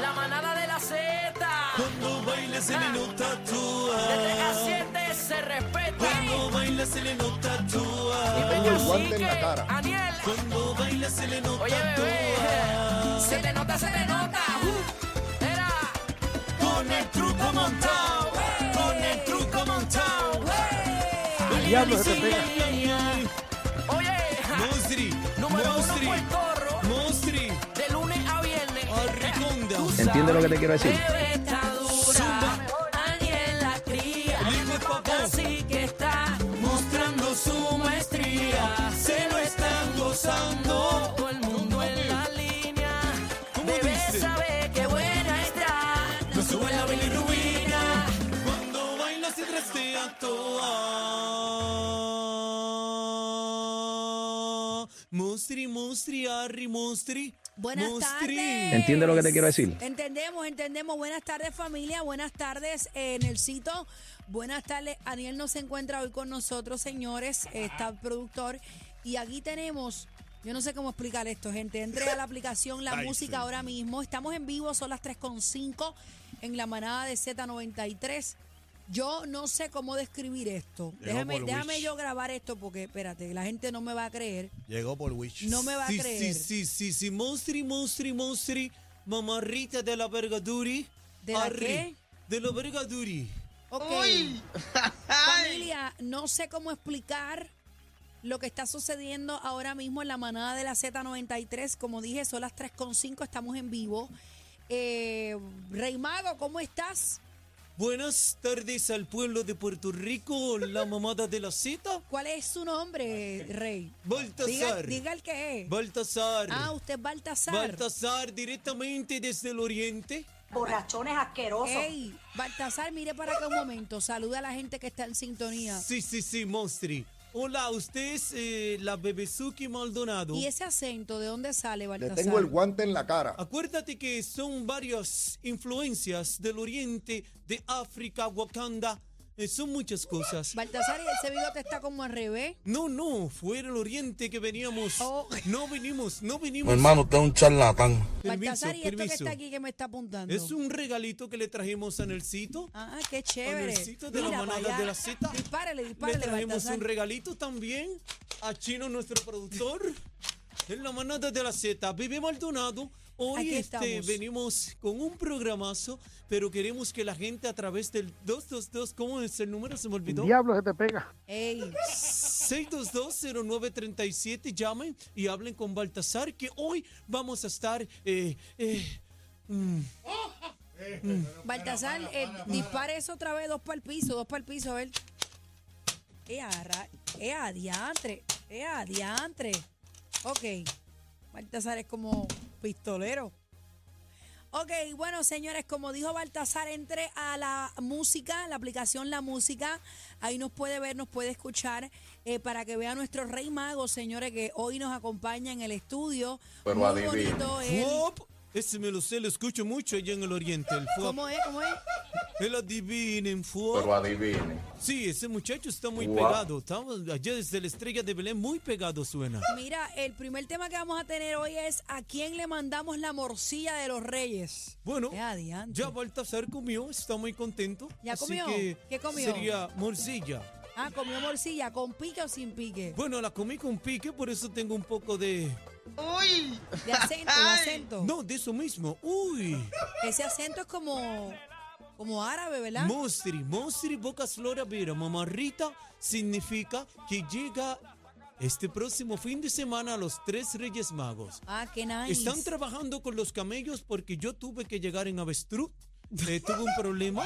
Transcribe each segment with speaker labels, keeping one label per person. Speaker 1: La manada de la Z.
Speaker 2: Cuando baila se le nota
Speaker 1: De 3 a
Speaker 2: tú.
Speaker 1: 7 se respeta.
Speaker 2: Cuando baila se le nota tú.
Speaker 1: Dime,
Speaker 3: el guante en la
Speaker 1: cacique,
Speaker 3: cara.
Speaker 1: Aniel.
Speaker 2: Cuando baila se le nota
Speaker 1: Oye, bebé. Se te nota, se te nota. Uh, Era.
Speaker 2: Con el truco montado. eh. Con el truco montado. eh. pues,
Speaker 3: Diablo, se te pega.
Speaker 1: Oye.
Speaker 2: Mostri.
Speaker 1: Número uno
Speaker 2: Mostri.
Speaker 1: fue el corro.
Speaker 2: Mostri.
Speaker 1: De lunes a viernes.
Speaker 2: Arriconda.
Speaker 4: ¿Entiende lo que te quiero decir?
Speaker 1: Bebé está dura. Aniel la cría.
Speaker 2: Dime, papá.
Speaker 1: Así que está mostrando su maestría.
Speaker 2: Se lo están gozando.
Speaker 1: Todo el mundo en la línea.
Speaker 2: ¿Cómo
Speaker 1: Bebé
Speaker 2: dice?
Speaker 1: sabe que buena está.
Speaker 2: No sube la
Speaker 1: bilirrubina.
Speaker 2: bilirrubina. Cuando baila se trastea toa. Mostri, mostri, arri, mostri.
Speaker 5: Buenas
Speaker 2: mostri.
Speaker 5: tardes.
Speaker 4: ¿Entiende lo que te quiero decir?
Speaker 5: Entendemos, entendemos. Buenas tardes familia, buenas tardes eh, Nelsito, buenas tardes. Aniel no se encuentra hoy con nosotros, señores, está productor. Y aquí tenemos, yo no sé cómo explicar esto, gente. Entre a la aplicación La
Speaker 2: Ay, sí.
Speaker 5: Música ahora mismo. Estamos en vivo, son las 3.5 en la manada de Z93. Yo no sé cómo describir esto.
Speaker 6: Llegó
Speaker 5: Déjame,
Speaker 6: por
Speaker 5: déjame
Speaker 6: Wish.
Speaker 5: yo grabar esto porque, espérate, la gente no me va a creer.
Speaker 6: Llegó por Wish.
Speaker 5: No me va
Speaker 2: Sí,
Speaker 5: a creer.
Speaker 2: sí, sí, sí, sí. Mostri, mostri, mostri. Mamarrita de la vergaduri.
Speaker 5: ¿De la qué?
Speaker 2: De la vergaduri.
Speaker 5: Ok. Familia, no sé cómo explicar lo que está sucediendo ahora mismo en la manada de la Z93. Como dije, son las 3.5, estamos en vivo. Eh, Rey Mago, ¿cómo estás?
Speaker 2: Buenas tardes al pueblo de Puerto Rico, la mamada de la cita.
Speaker 5: ¿Cuál es su nombre, Rey? Diga,
Speaker 2: Baltasar.
Speaker 5: diga el que es.
Speaker 2: Baltasar.
Speaker 5: Ah, usted es Baltasar.
Speaker 2: Baltasar directamente desde el oriente.
Speaker 7: borrachones asquerosos.
Speaker 5: Ey, Baltasar, mire para acá un momento. Saluda a la gente que está en sintonía.
Speaker 2: Sí, sí, sí, Mostri. Hola, usted es eh, la Bebezuki Maldonado.
Speaker 5: ¿Y ese acento de dónde sale,
Speaker 3: Le
Speaker 5: Baltasar?
Speaker 3: tengo el guante en la cara.
Speaker 2: Acuérdate que son varias influencias del oriente, de África, Wakanda. eh, son muchas cosas.
Speaker 5: Baltasar, y ese bigote está como al revés.
Speaker 2: No, no, fue el oriente que veníamos.
Speaker 5: Oh.
Speaker 2: No venimos, no venimos.
Speaker 8: Hermano, usted es un charlatán.
Speaker 2: Permiso,
Speaker 5: Baltasar, ¿y esto que
Speaker 2: permiso.
Speaker 5: está aquí que me está apuntando?
Speaker 2: Es un regalito que le trajimos a Nelsito.
Speaker 5: Ah, qué chévere.
Speaker 2: Honestito de la
Speaker 5: Mira
Speaker 2: manada
Speaker 5: para allá.
Speaker 2: de la Z.
Speaker 5: Dispárele,
Speaker 2: Le
Speaker 5: dispárele,
Speaker 2: trajimos
Speaker 5: Baltasar.
Speaker 2: un regalito también a Chino, nuestro productor. En la manada de la Z, Bebé Maldonado. Hoy
Speaker 5: Aquí
Speaker 2: este,
Speaker 5: estamos.
Speaker 2: venimos con un programazo, pero queremos que la gente a través del 222, ¿cómo es el número? Se me olvidó.
Speaker 9: Diablo, se te pega.
Speaker 5: Ey,
Speaker 2: 6220937, llamen y hablen con Baltasar, que hoy vamos a estar... eh, eh,
Speaker 5: Baltasar, eh, dispare eso otra vez, dos para el piso, dos para el piso, a ver. Eh, Ea, ra- ea, diantre, ea, diantre. eh, Ok, Baltasar es como pistolero. Ok, bueno, señores, como dijo Baltasar, entre a la música, la aplicación La Música. Ahí nos puede ver, nos puede escuchar eh, para que vea a nuestro rey mago, señores, que hoy nos acompaña en el estudio.
Speaker 3: Pero
Speaker 5: Muy
Speaker 3: adivina.
Speaker 5: bonito él.
Speaker 2: ¡Fop! Ese me lo sé, lo escucho mucho allá en el oriente, el fuop.
Speaker 5: ¿Cómo es? ¿Cómo es?
Speaker 2: El adivinen, fuop.
Speaker 3: adivine.
Speaker 2: Sí, ese muchacho está muy
Speaker 3: Wow.
Speaker 2: pegado. Estamos allá desde la estrella de Belén, muy pegado suena.
Speaker 5: Mira, el primer tema que vamos a tener hoy es ¿A quién le mandamos la morcilla de los reyes?
Speaker 2: Bueno,
Speaker 5: Ya, adiante.
Speaker 2: ya Baltasar comió, está muy contento.
Speaker 5: ¿Ya
Speaker 2: así
Speaker 5: comió?
Speaker 2: que
Speaker 5: ¿Qué comió?
Speaker 2: Sería morcilla.
Speaker 5: Ah, comió morcilla, ¿con pique o sin pique?
Speaker 2: Bueno, la comí con pique, por eso tengo un poco de.
Speaker 5: De acento, de acento.
Speaker 2: No, de eso mismo. Uy,
Speaker 5: Ese acento es como, como árabe, ¿verdad?
Speaker 2: Mostri, Mostri Bocas Flora Vera, mamarrita, significa que llega este próximo fin de semana a los tres Reyes Magos.
Speaker 5: ah, qué nice.
Speaker 2: Están trabajando con los camellos porque yo tuve que llegar en avestruz. Eh, tuve un problema.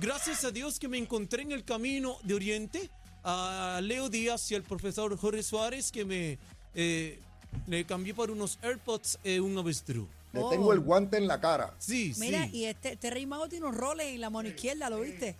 Speaker 2: Gracias a Dios que me encontré en el camino de Oriente a Leo Díaz y al profesor Jorge Suárez que me eh, le cambié por unos AirPods eh, un avestruz.
Speaker 3: Le
Speaker 5: Oh.
Speaker 3: tengo el guante en la cara.
Speaker 2: Sí,
Speaker 5: Mira,
Speaker 2: sí.
Speaker 5: y este, este rey mago tiene un roles en la mano izquierda, ¿lo viste?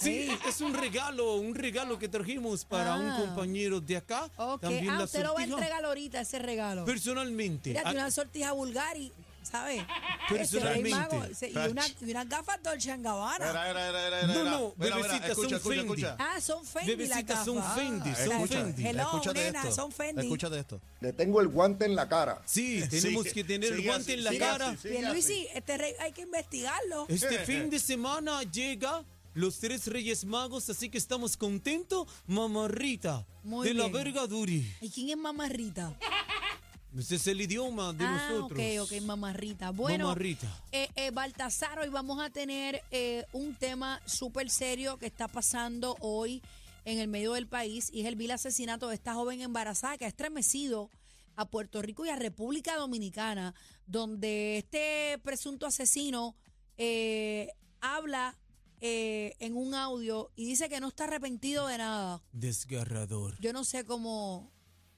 Speaker 2: Sí, es un regalo, un regalo que trajimos para un
Speaker 5: Ah.
Speaker 2: compañero de acá.
Speaker 5: Ok,
Speaker 2: También
Speaker 5: ah,
Speaker 2: la
Speaker 5: usted lo va a
Speaker 2: sortija.
Speaker 5: entregar ahorita ese regalo.
Speaker 2: Personalmente.
Speaker 5: Mira,
Speaker 2: Ah,
Speaker 5: tiene una sortija vulgar y ¿sabes?
Speaker 2: Personalmente.
Speaker 5: Ese mago, se- y, una- y unas gafas Dolce Gabbana.
Speaker 6: Era, era, era, era,
Speaker 2: No,
Speaker 6: era.
Speaker 2: no,
Speaker 6: Mira, mira,
Speaker 2: bebecita,
Speaker 6: escucha,
Speaker 2: son
Speaker 6: escucha,
Speaker 2: Fendi.
Speaker 6: escucha.
Speaker 5: Ah, son Fendi las
Speaker 2: Bebecita,
Speaker 5: gafas.
Speaker 2: son Fendi,
Speaker 5: Ah,
Speaker 2: son
Speaker 5: claro.
Speaker 2: Fendi.
Speaker 5: Hello,
Speaker 6: escúchate
Speaker 5: nena,
Speaker 6: esto.
Speaker 5: son Fendi.
Speaker 6: Escúchate esto.
Speaker 3: Le tengo el guante en la cara.
Speaker 2: Sí, tenemos que tener el
Speaker 6: sigue
Speaker 2: guante
Speaker 6: así,
Speaker 2: en la
Speaker 6: sigue así,
Speaker 2: cara.
Speaker 6: sigue
Speaker 5: Pierluisi, este rey hay que investigarlo.
Speaker 2: Este fin de semana llega los tres Reyes Magos, así que estamos contentos, mamarrita
Speaker 5: Muy
Speaker 2: de la
Speaker 5: bien.
Speaker 2: verga duri.
Speaker 5: ¿Y quién es Mamarrita?
Speaker 2: Ese es el idioma de
Speaker 5: ah,
Speaker 2: nosotros.
Speaker 5: ok, ok, Mamarrita. Bueno,
Speaker 2: Mamarrita.
Speaker 5: eh, eh, Baltasar, hoy vamos a tener eh, un tema súper serio que está pasando hoy en el medio del país y es el vil asesinato de esta joven embarazada que ha estremecido a Puerto Rico y a República Dominicana, donde este presunto asesino eh, habla eh, en un audio y dice que no está arrepentido de nada.
Speaker 2: Desgarrador.
Speaker 5: Yo no sé cómo,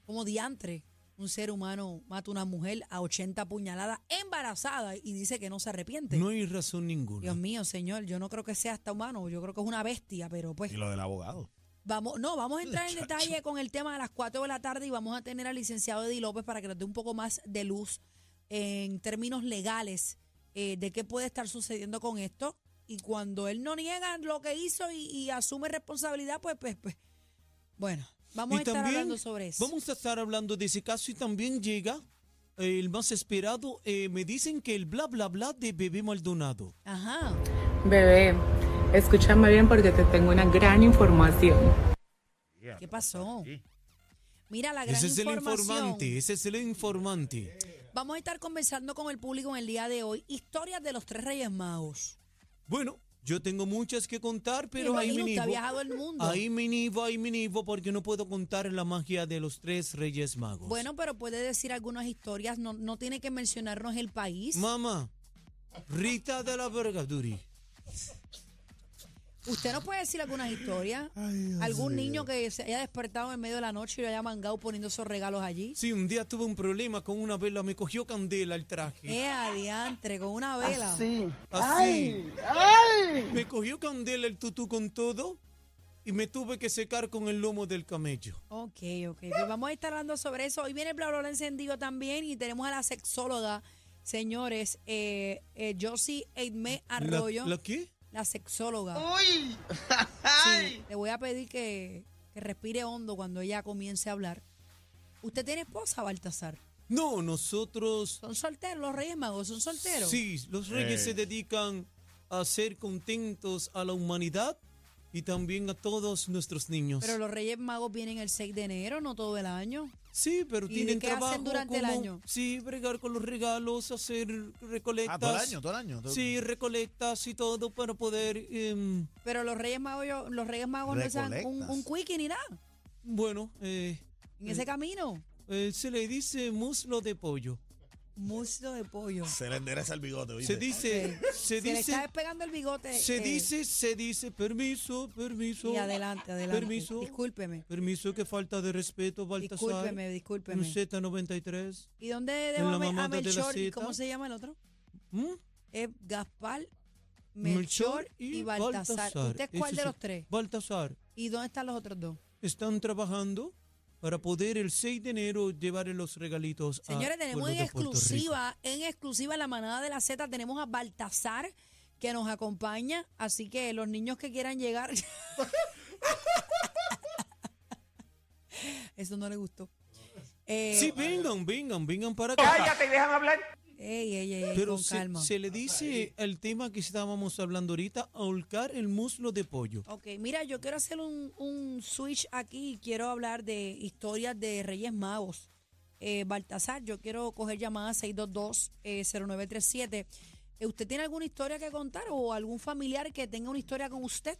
Speaker 5: cómo diantre un ser humano mata a una mujer a 80 puñaladas embarazada y dice que no se arrepiente.
Speaker 2: No hay razón ninguna.
Speaker 5: Dios mío, señor, yo no creo que sea hasta humano, yo creo que es una bestia, pero pues
Speaker 6: Y lo del abogado.
Speaker 5: vamos, no, vamos a entrar en detalle con el tema a las 4 de la tarde y vamos a tener al licenciado Eddie López para que nos dé un poco más de luz en términos legales eh, de qué puede estar sucediendo con esto. Y cuando él no niega lo que hizo y, y asume responsabilidad, pues, pues, pues, bueno, vamos a
Speaker 2: Y
Speaker 5: estar
Speaker 2: también
Speaker 5: hablando sobre eso.
Speaker 2: Vamos a estar hablando de ese caso y también llega eh, el más esperado. eh, me dicen que el bla bla bla de Bebé Maldonado.
Speaker 5: Ajá.
Speaker 8: Bebé, escúchame bien porque te tengo una gran información.
Speaker 5: ¿Qué pasó? Mira la gran
Speaker 2: ese es el
Speaker 5: información.
Speaker 2: informante, ese es el informante.
Speaker 5: Vamos a estar conversando con el público en el día de hoy. Historias de los tres Reyes Magos.
Speaker 2: Bueno, yo tengo muchas que contar, pero
Speaker 5: Me
Speaker 2: ahí
Speaker 5: imagino,
Speaker 2: me
Speaker 5: usted ha
Speaker 2: inhibo.
Speaker 5: viajado el mundo.
Speaker 2: Ahí me inhibo, ahí me inhibo, porque no puedo contar la magia de los tres reyes magos.
Speaker 5: Bueno, pero puede decir algunas historias. No, no tiene que mencionarnos el país.
Speaker 2: Mamá, Rita de la Vergaduri.
Speaker 5: Usted nos puede decir algunas historias. Algún niño que se haya despertado en medio de la noche y lo haya mangado poniendo esos regalos allí.
Speaker 2: Sí, un día tuve un problema con una vela, me cogió candela el traje.
Speaker 5: Eh, adiantre, con una vela.
Speaker 2: Así. Me cogió candela el tutú con todo y me tuve que secar con el lomo del camello.
Speaker 5: Ok, ok. Pues vamos a estar hablando sobre eso. Hoy viene el bla bla bla encendido también y tenemos a la sexóloga, señores, eh, eh, Josie Eidme
Speaker 2: ¿La,
Speaker 5: Arroyo,
Speaker 2: ¿La
Speaker 5: la,
Speaker 2: qué?
Speaker 5: sexóloga. Sí, le voy a pedir que, que respire hondo cuando ella comience a hablar. ¿Usted tiene esposa, Baltasar?
Speaker 2: No, nosotros
Speaker 5: ¿Son solteros? ¿Los Reyes Magos son solteros?
Speaker 2: Sí, los reyes se
Speaker 6: Eh.
Speaker 2: dedican a hacer contentos a la humanidad y también a todos nuestros niños.
Speaker 5: Pero los Reyes Magos vienen el 6 de enero, no todo el año.
Speaker 2: sí, pero
Speaker 5: ¿Y
Speaker 2: tienen
Speaker 5: qué hacen
Speaker 2: trabajo
Speaker 5: durante el
Speaker 2: como-
Speaker 5: año?
Speaker 2: Sí, bregar con los regalos, hacer recolectas.
Speaker 6: Ah, todo el año, todo el año. todo-
Speaker 2: Sí, recolectas y todo para poder, em,
Speaker 5: Pero los Reyes Magos, yo- los Reyes Magos no usan un,
Speaker 6: Recolectas.
Speaker 5: un quickie ni nada
Speaker 2: bueno, eh,
Speaker 5: en ese camino.
Speaker 2: eh, se le dice muslo de pollo.
Speaker 5: Muslo de pollo.
Speaker 6: Se le endereza el bigote, ¿oíste?
Speaker 2: Se dice, se
Speaker 5: Se le está
Speaker 2: dice,
Speaker 5: despegando el bigote.
Speaker 2: se
Speaker 5: eh,
Speaker 2: dice, se dice, permiso, permiso.
Speaker 5: Y adelante, adelante.
Speaker 2: Permiso.
Speaker 5: Discúlpeme.
Speaker 2: Permiso, que falta de respeto, Baltasar.
Speaker 5: Discúlpeme, discúlpeme.
Speaker 2: Un Z93.
Speaker 5: ¿Y dónde
Speaker 2: En
Speaker 5: debo
Speaker 2: la
Speaker 5: a Mel- a
Speaker 2: mamada de la
Speaker 5: Melchor? ¿Y
Speaker 2: cita.
Speaker 5: ¿Cómo se llama el otro?
Speaker 2: ¿Mm?
Speaker 5: Es Gaspar, Melchor y, Baltasar. ¿Usted
Speaker 2: Ese
Speaker 5: cuál de
Speaker 2: sí. Ah,
Speaker 5: los tres?
Speaker 2: Baltasar.
Speaker 5: ¿Y dónde están los otros dos?
Speaker 2: Están trabajando para poder el 6 de enero llevar los regalitos a
Speaker 5: Señores, tenemos
Speaker 2: pueblos
Speaker 5: en
Speaker 2: de Puerto Rico.
Speaker 5: exclusiva, en exclusiva la manada de la Z, tenemos a Baltasar que nos acompaña, así que los niños que quieran llegar... Eso no le gustó. Eh,
Speaker 2: Sí, vengan, vengan, vengan para acá.
Speaker 5: ey, ey, ey,
Speaker 2: Pero
Speaker 5: con
Speaker 2: se,
Speaker 5: calma.
Speaker 2: se le dice el tema que estábamos hablando ahorita, ahorcar el muslo de pollo.
Speaker 5: Ok, mira, yo quiero hacer un, un switch aquí y quiero hablar de historias de Reyes Magos. Eh, Baltasar, yo quiero coger llamada eh, 622-0937. Eh, ¿Usted tiene alguna historia que contar o algún familiar que tenga una historia con usted?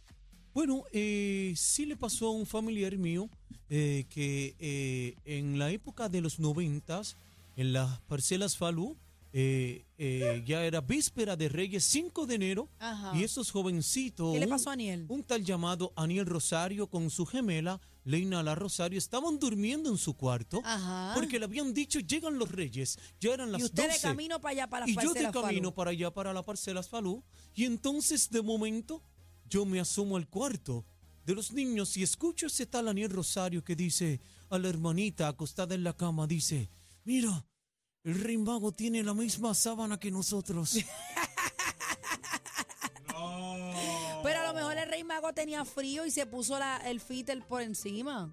Speaker 2: Bueno, eh, sí le pasó a un familiar mío eh, que eh, en la época de los noventas, en las parcelas Falú, eh, eh, ya era víspera de Reyes, 5 de enero,
Speaker 5: Ajá.
Speaker 2: y esos jovencitos...
Speaker 5: ¿Qué le
Speaker 2: un-
Speaker 5: pasó a Aniel?
Speaker 2: Un tal llamado Aniel Rosario con su gemela, Leina La Rosario, estaban durmiendo en su cuarto
Speaker 5: Ajá.
Speaker 2: porque le habían dicho, llegan los Reyes, ya eran las
Speaker 5: y usted
Speaker 2: 12
Speaker 5: de camino para allá, para las
Speaker 2: y yo de
Speaker 5: parcelas, Falú.
Speaker 2: camino para allá, para la parcela Falú. Y entonces, de momento, yo me asomo al cuarto de los niños y escucho ese tal Aniel Rosario que dice a la hermanita acostada en la cama, dice, mira, El rey mago tiene la misma sábana que nosotros.
Speaker 5: Pero
Speaker 2: Oh.
Speaker 5: a lo mejor el rey mago tenía frío y se puso la- el fitter por encima.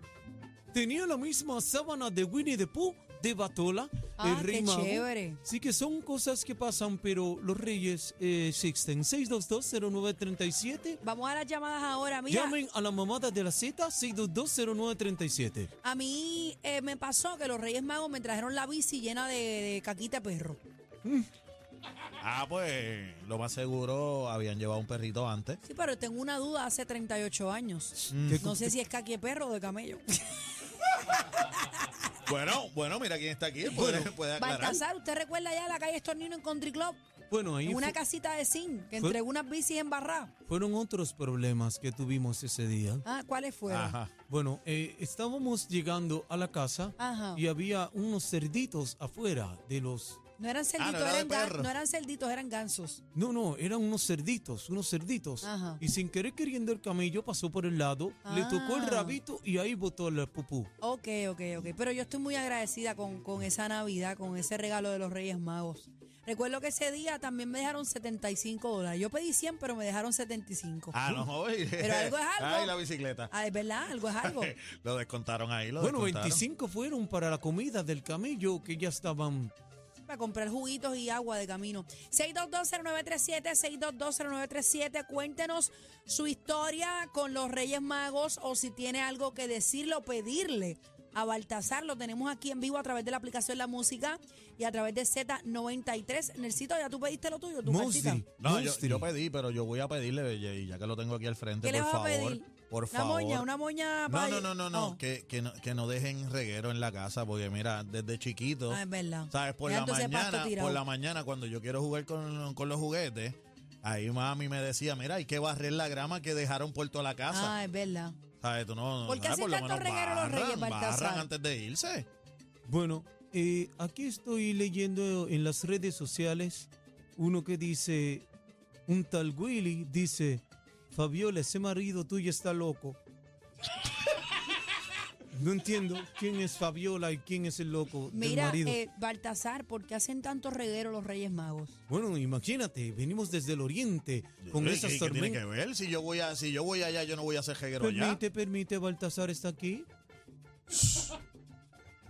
Speaker 2: Tenía la misma sábana de Winnie the Pooh, de Batola,
Speaker 5: Ah,
Speaker 2: el rey
Speaker 5: qué
Speaker 2: mago.
Speaker 5: chévere.
Speaker 2: Sí que son cosas que pasan, pero los reyes eh, existen. 622-0937.
Speaker 5: Vamos a las llamadas ahora. Mira,
Speaker 2: Llamen a la mamada de la Z, 622-0937.
Speaker 5: a mí eh, me pasó que los Reyes Magos me trajeron la bici llena de, de caquita de perro.
Speaker 6: Ah, pues lo más seguro habían llevado un perrito antes.
Speaker 5: Sí, pero tengo una duda hace 38 años.
Speaker 6: Mm.
Speaker 5: No sé si es caqui de perro o de camello.
Speaker 6: Bueno, bueno, mira quién está aquí. Puede, puede aclarar.
Speaker 5: Baltasar, ¿usted recuerda ya la calle Estornino en Country Club?
Speaker 2: Bueno, ahí
Speaker 5: En una
Speaker 2: fu-
Speaker 5: casita de zinc que entregó unas bicis embarradas.
Speaker 2: fueron otros problemas que tuvimos ese día.
Speaker 5: Ah, ¿cuáles fueron?
Speaker 6: Ajá.
Speaker 2: Bueno, eh, estábamos llegando a la casa
Speaker 5: Ajá.
Speaker 2: y había unos cerditos afuera de los...
Speaker 5: No eran
Speaker 6: Ah, no
Speaker 5: cerditos,
Speaker 6: era de
Speaker 5: eran, gan-
Speaker 6: perro.
Speaker 5: no eran cerditos, eran gansos.
Speaker 2: No, no, eran unos cerditos, unos cerditos.
Speaker 5: Ajá.
Speaker 2: Y sin querer queriendo el camello pasó por el lado, le tocó el
Speaker 5: Ah.
Speaker 2: rabito y ahí botó la pupú.
Speaker 5: Ok, ok, ok. Pero yo estoy muy agradecida con, con esa Navidad, con ese regalo de los Reyes Magos. Recuerdo que ese día también me dejaron 75 dólares. Yo pedí 100, pero me dejaron 75.
Speaker 6: Ah, no, joven.
Speaker 5: Pero algo es algo.
Speaker 6: Ay, la bicicleta.
Speaker 5: Ah, es verdad, algo es algo.
Speaker 6: lo descontaron ahí, lo
Speaker 2: Bueno,
Speaker 6: descontaron.
Speaker 2: 25 fueron para la comida del camello que ya estaban...
Speaker 5: Para comprar juguitos y agua de camino. 6220937, 6220937. Cuéntenos su historia con los Reyes Magos o si tiene algo que decirle o pedirle a Baltasar. Lo tenemos aquí en vivo a través de la aplicación La Música y a través de Z93. Nercito, ya tú pediste lo tuyo, tu
Speaker 2: Mostri.
Speaker 5: cartita.
Speaker 6: No, yo,
Speaker 2: Mostri.
Speaker 6: yo pedí, pero yo voy a pedirle, y ya que lo tengo aquí al frente,
Speaker 5: ¿Qué le vas
Speaker 6: por
Speaker 5: a
Speaker 6: favor.
Speaker 5: pedir?
Speaker 6: Por
Speaker 5: una
Speaker 6: favor.
Speaker 5: moña, una moña.
Speaker 6: No,
Speaker 5: para-
Speaker 6: no, no, no, no,
Speaker 5: Oh.
Speaker 6: Que, que no, que no dejen reguero en la casa, porque mira, desde chiquito,
Speaker 5: Ah, es verdad.
Speaker 6: ¿sabes? Por
Speaker 5: Ya
Speaker 6: la
Speaker 5: entonces pasto
Speaker 6: mañana,
Speaker 5: tirado.
Speaker 6: por la mañana, cuando yo quiero jugar con, con los juguetes, ahí mami me decía, mira, hay que barrer la grama que dejaron por toda la casa.
Speaker 5: Ah, es verdad.
Speaker 6: ¿Sabes? Tú no, no,
Speaker 5: ¿Por qué
Speaker 6: nada,
Speaker 5: hacen
Speaker 6: lo
Speaker 5: tanto
Speaker 6: menos
Speaker 5: reguero los reyes,
Speaker 6: barran,
Speaker 5: Baltasar?
Speaker 6: barran antes de irse.
Speaker 2: Bueno, eh, aquí estoy leyendo en las redes sociales uno que dice, un tal Willy dice, Fabiola, ese marido tuyo está loco. No entiendo quién es Fabiola y quién es el loco del
Speaker 5: Mira,
Speaker 2: marido.
Speaker 5: eh, Baltasar, ¿por qué hacen tanto reguero los Reyes Magos?
Speaker 2: Bueno, imagínate, venimos desde el oriente con
Speaker 6: ¿Qué-
Speaker 2: esas
Speaker 6: qué- qué tiene que
Speaker 2: tormentas.
Speaker 6: ver? Si yo voy a, si yo voy allá, yo no voy a hacer reguero allá.
Speaker 2: Permite, permite, Baltasar está aquí.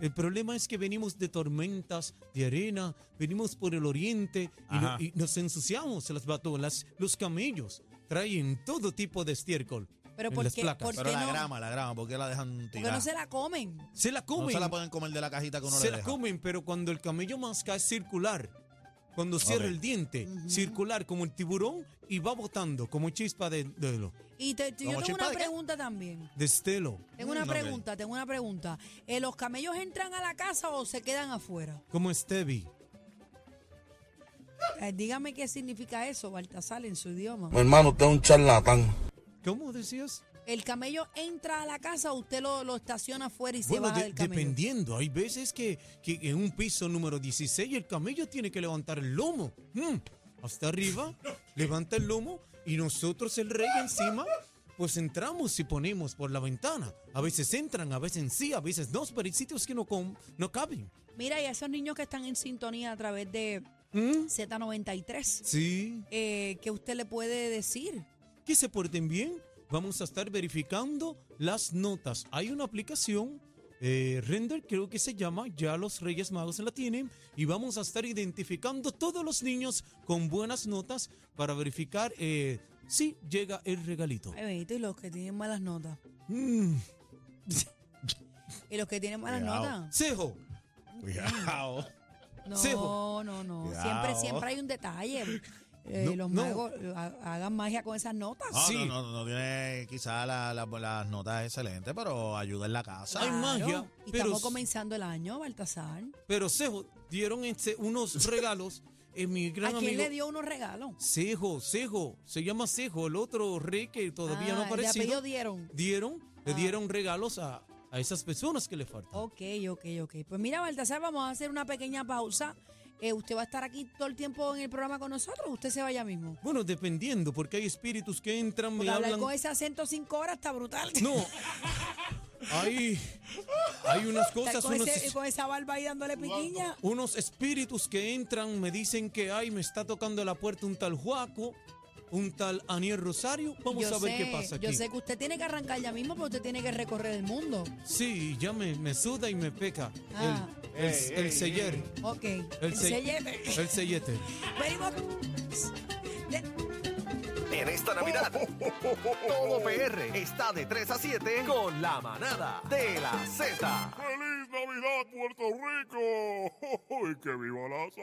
Speaker 2: El problema es que venimos de tormentas, de arena, venimos por el oriente y, no-
Speaker 6: Ajá.
Speaker 2: y nos ensuciamos las batolas, los camellos. Traen todo tipo de estiércol
Speaker 5: Pero
Speaker 2: en
Speaker 5: ¿por
Speaker 2: las
Speaker 5: qué?
Speaker 2: placas.
Speaker 5: ¿Por
Speaker 6: Pero
Speaker 5: qué
Speaker 6: la
Speaker 5: no?
Speaker 6: grama, la grama, ¿por qué la dejan
Speaker 5: Porque
Speaker 6: tirada?
Speaker 5: no se la comen.
Speaker 2: se la
Speaker 6: No
Speaker 2: comen.
Speaker 6: se la pueden comer de la cajita que uno
Speaker 2: Se
Speaker 6: le
Speaker 2: la
Speaker 6: deja.
Speaker 2: comen, pero cuando el camello masca es circular. Cuando cierra
Speaker 6: Ok.
Speaker 2: el diente, circular como el tiburón y va botando como chispa de, de, lo-
Speaker 5: Y te- te- yo
Speaker 6: ¿Como
Speaker 5: tengo
Speaker 6: chispa
Speaker 5: una
Speaker 6: de qué?
Speaker 5: pregunta también.
Speaker 2: de estelo.
Speaker 5: Tengo una
Speaker 6: Mm, ok.
Speaker 5: pregunta, tengo una pregunta. Eh, ¿Los camellos entran a la casa o se quedan afuera?
Speaker 2: Como Stevie.
Speaker 5: Eh, dígame qué significa eso, Baltasar, en su idioma.
Speaker 9: hermano, usted es un charlatán.
Speaker 2: ¿Cómo decías?
Speaker 5: ¿El camello entra a la casa o usted lo, lo estaciona afuera y se
Speaker 2: Bueno,
Speaker 5: baja
Speaker 2: de-
Speaker 5: del camello?
Speaker 2: dependiendo, hay veces que, que en un piso número 16 el camello tiene que levantar el lomo. Mm, Hasta arriba, levanta el lomo y nosotros el rey encima, pues entramos y ponemos por la ventana. A veces entran, a veces sí, a veces no, pero hay sitios que no, com- no caben.
Speaker 5: Mira, y a esos niños que están en sintonía a través de
Speaker 2: Mm,
Speaker 5: Z93,
Speaker 2: Sí,
Speaker 5: eh, ¿qué usted le puede decir?
Speaker 2: que se porten bien. Vamos a estar verificando las notas. Hay una aplicación, eh, Render creo que se llama, ya los Reyes Magos la tienen, y vamos a estar identificando todos los niños con buenas notas para verificar eh, si llega el regalito.
Speaker 5: Ay, bendito, y los que tienen malas notas.
Speaker 2: Mm,
Speaker 5: ¿Y los que tienen malas
Speaker 6: Cuidado.
Speaker 5: notas?
Speaker 2: Cejo,
Speaker 6: Cuidado.
Speaker 5: No,
Speaker 2: Cejo.
Speaker 5: no, no.
Speaker 6: Cuidado.
Speaker 5: Siempre, siempre hay un detalle. Eh,
Speaker 2: pues. No,
Speaker 5: los
Speaker 2: no.
Speaker 5: magos eh, ha- hagan magia con esas notas.
Speaker 6: Ah, No,
Speaker 2: Sí.
Speaker 6: no, no, no tiene quizás las notas excelentes, pero ayuda en la casa.
Speaker 2: Ay, hay magia,
Speaker 5: Y
Speaker 2: pero
Speaker 5: estamos
Speaker 2: s-
Speaker 5: comenzando el año, Baltasar.
Speaker 2: pero Cejo, dieron este, unos regalos en mi
Speaker 5: ¿A
Speaker 2: gran
Speaker 5: quién
Speaker 2: amigo.
Speaker 5: le dio unos regalos?
Speaker 2: Cejo, Cejo, se llama Cejo, el otro rey que todavía no
Speaker 5: Ah,
Speaker 2: ha
Speaker 5: de apellido
Speaker 2: aparecido.
Speaker 5: dieron.
Speaker 2: Dieron, le
Speaker 5: Ah.
Speaker 2: dieron regalos a, a esas personas que le faltan.
Speaker 5: Ok, ok, ok. Pues mira, Baltasar, vamos a hacer una pequeña pausa. Eh, usted va a estar aquí todo el tiempo en el programa con nosotros. Usted se vaya mismo.
Speaker 2: Bueno, dependiendo, porque hay espíritus que entran, me
Speaker 5: Porque hablar
Speaker 2: hablan.
Speaker 5: con ese acento cinco horas está brutal.
Speaker 2: No, Hay, hay unas cosas,
Speaker 5: con,
Speaker 2: unos,
Speaker 5: ese- con esa barba ahí dándole piquiña.
Speaker 2: unos espíritus que entran, me dicen que ay, me está tocando la puerta un tal Juaco, un tal Aniel Rosario. Vamos
Speaker 5: Yo
Speaker 2: a ver
Speaker 5: sé,
Speaker 2: qué pasa aquí.
Speaker 5: Yo sé que usted tiene que arrancar ya mismo porque usted tiene que recorrer el mundo.
Speaker 2: Sí, ya me, me suda y me peca.
Speaker 5: Ah.
Speaker 2: El, el, el seller.
Speaker 5: Ok.
Speaker 2: El, se-
Speaker 5: selle-
Speaker 2: el sellete.
Speaker 5: Venimos. De-
Speaker 10: En esta Navidad, todo PR está de 3 a 7 con la manada de la Z.
Speaker 11: ¡Feliz Navidad, Puerto Rico! ¡Y que viva la salsa!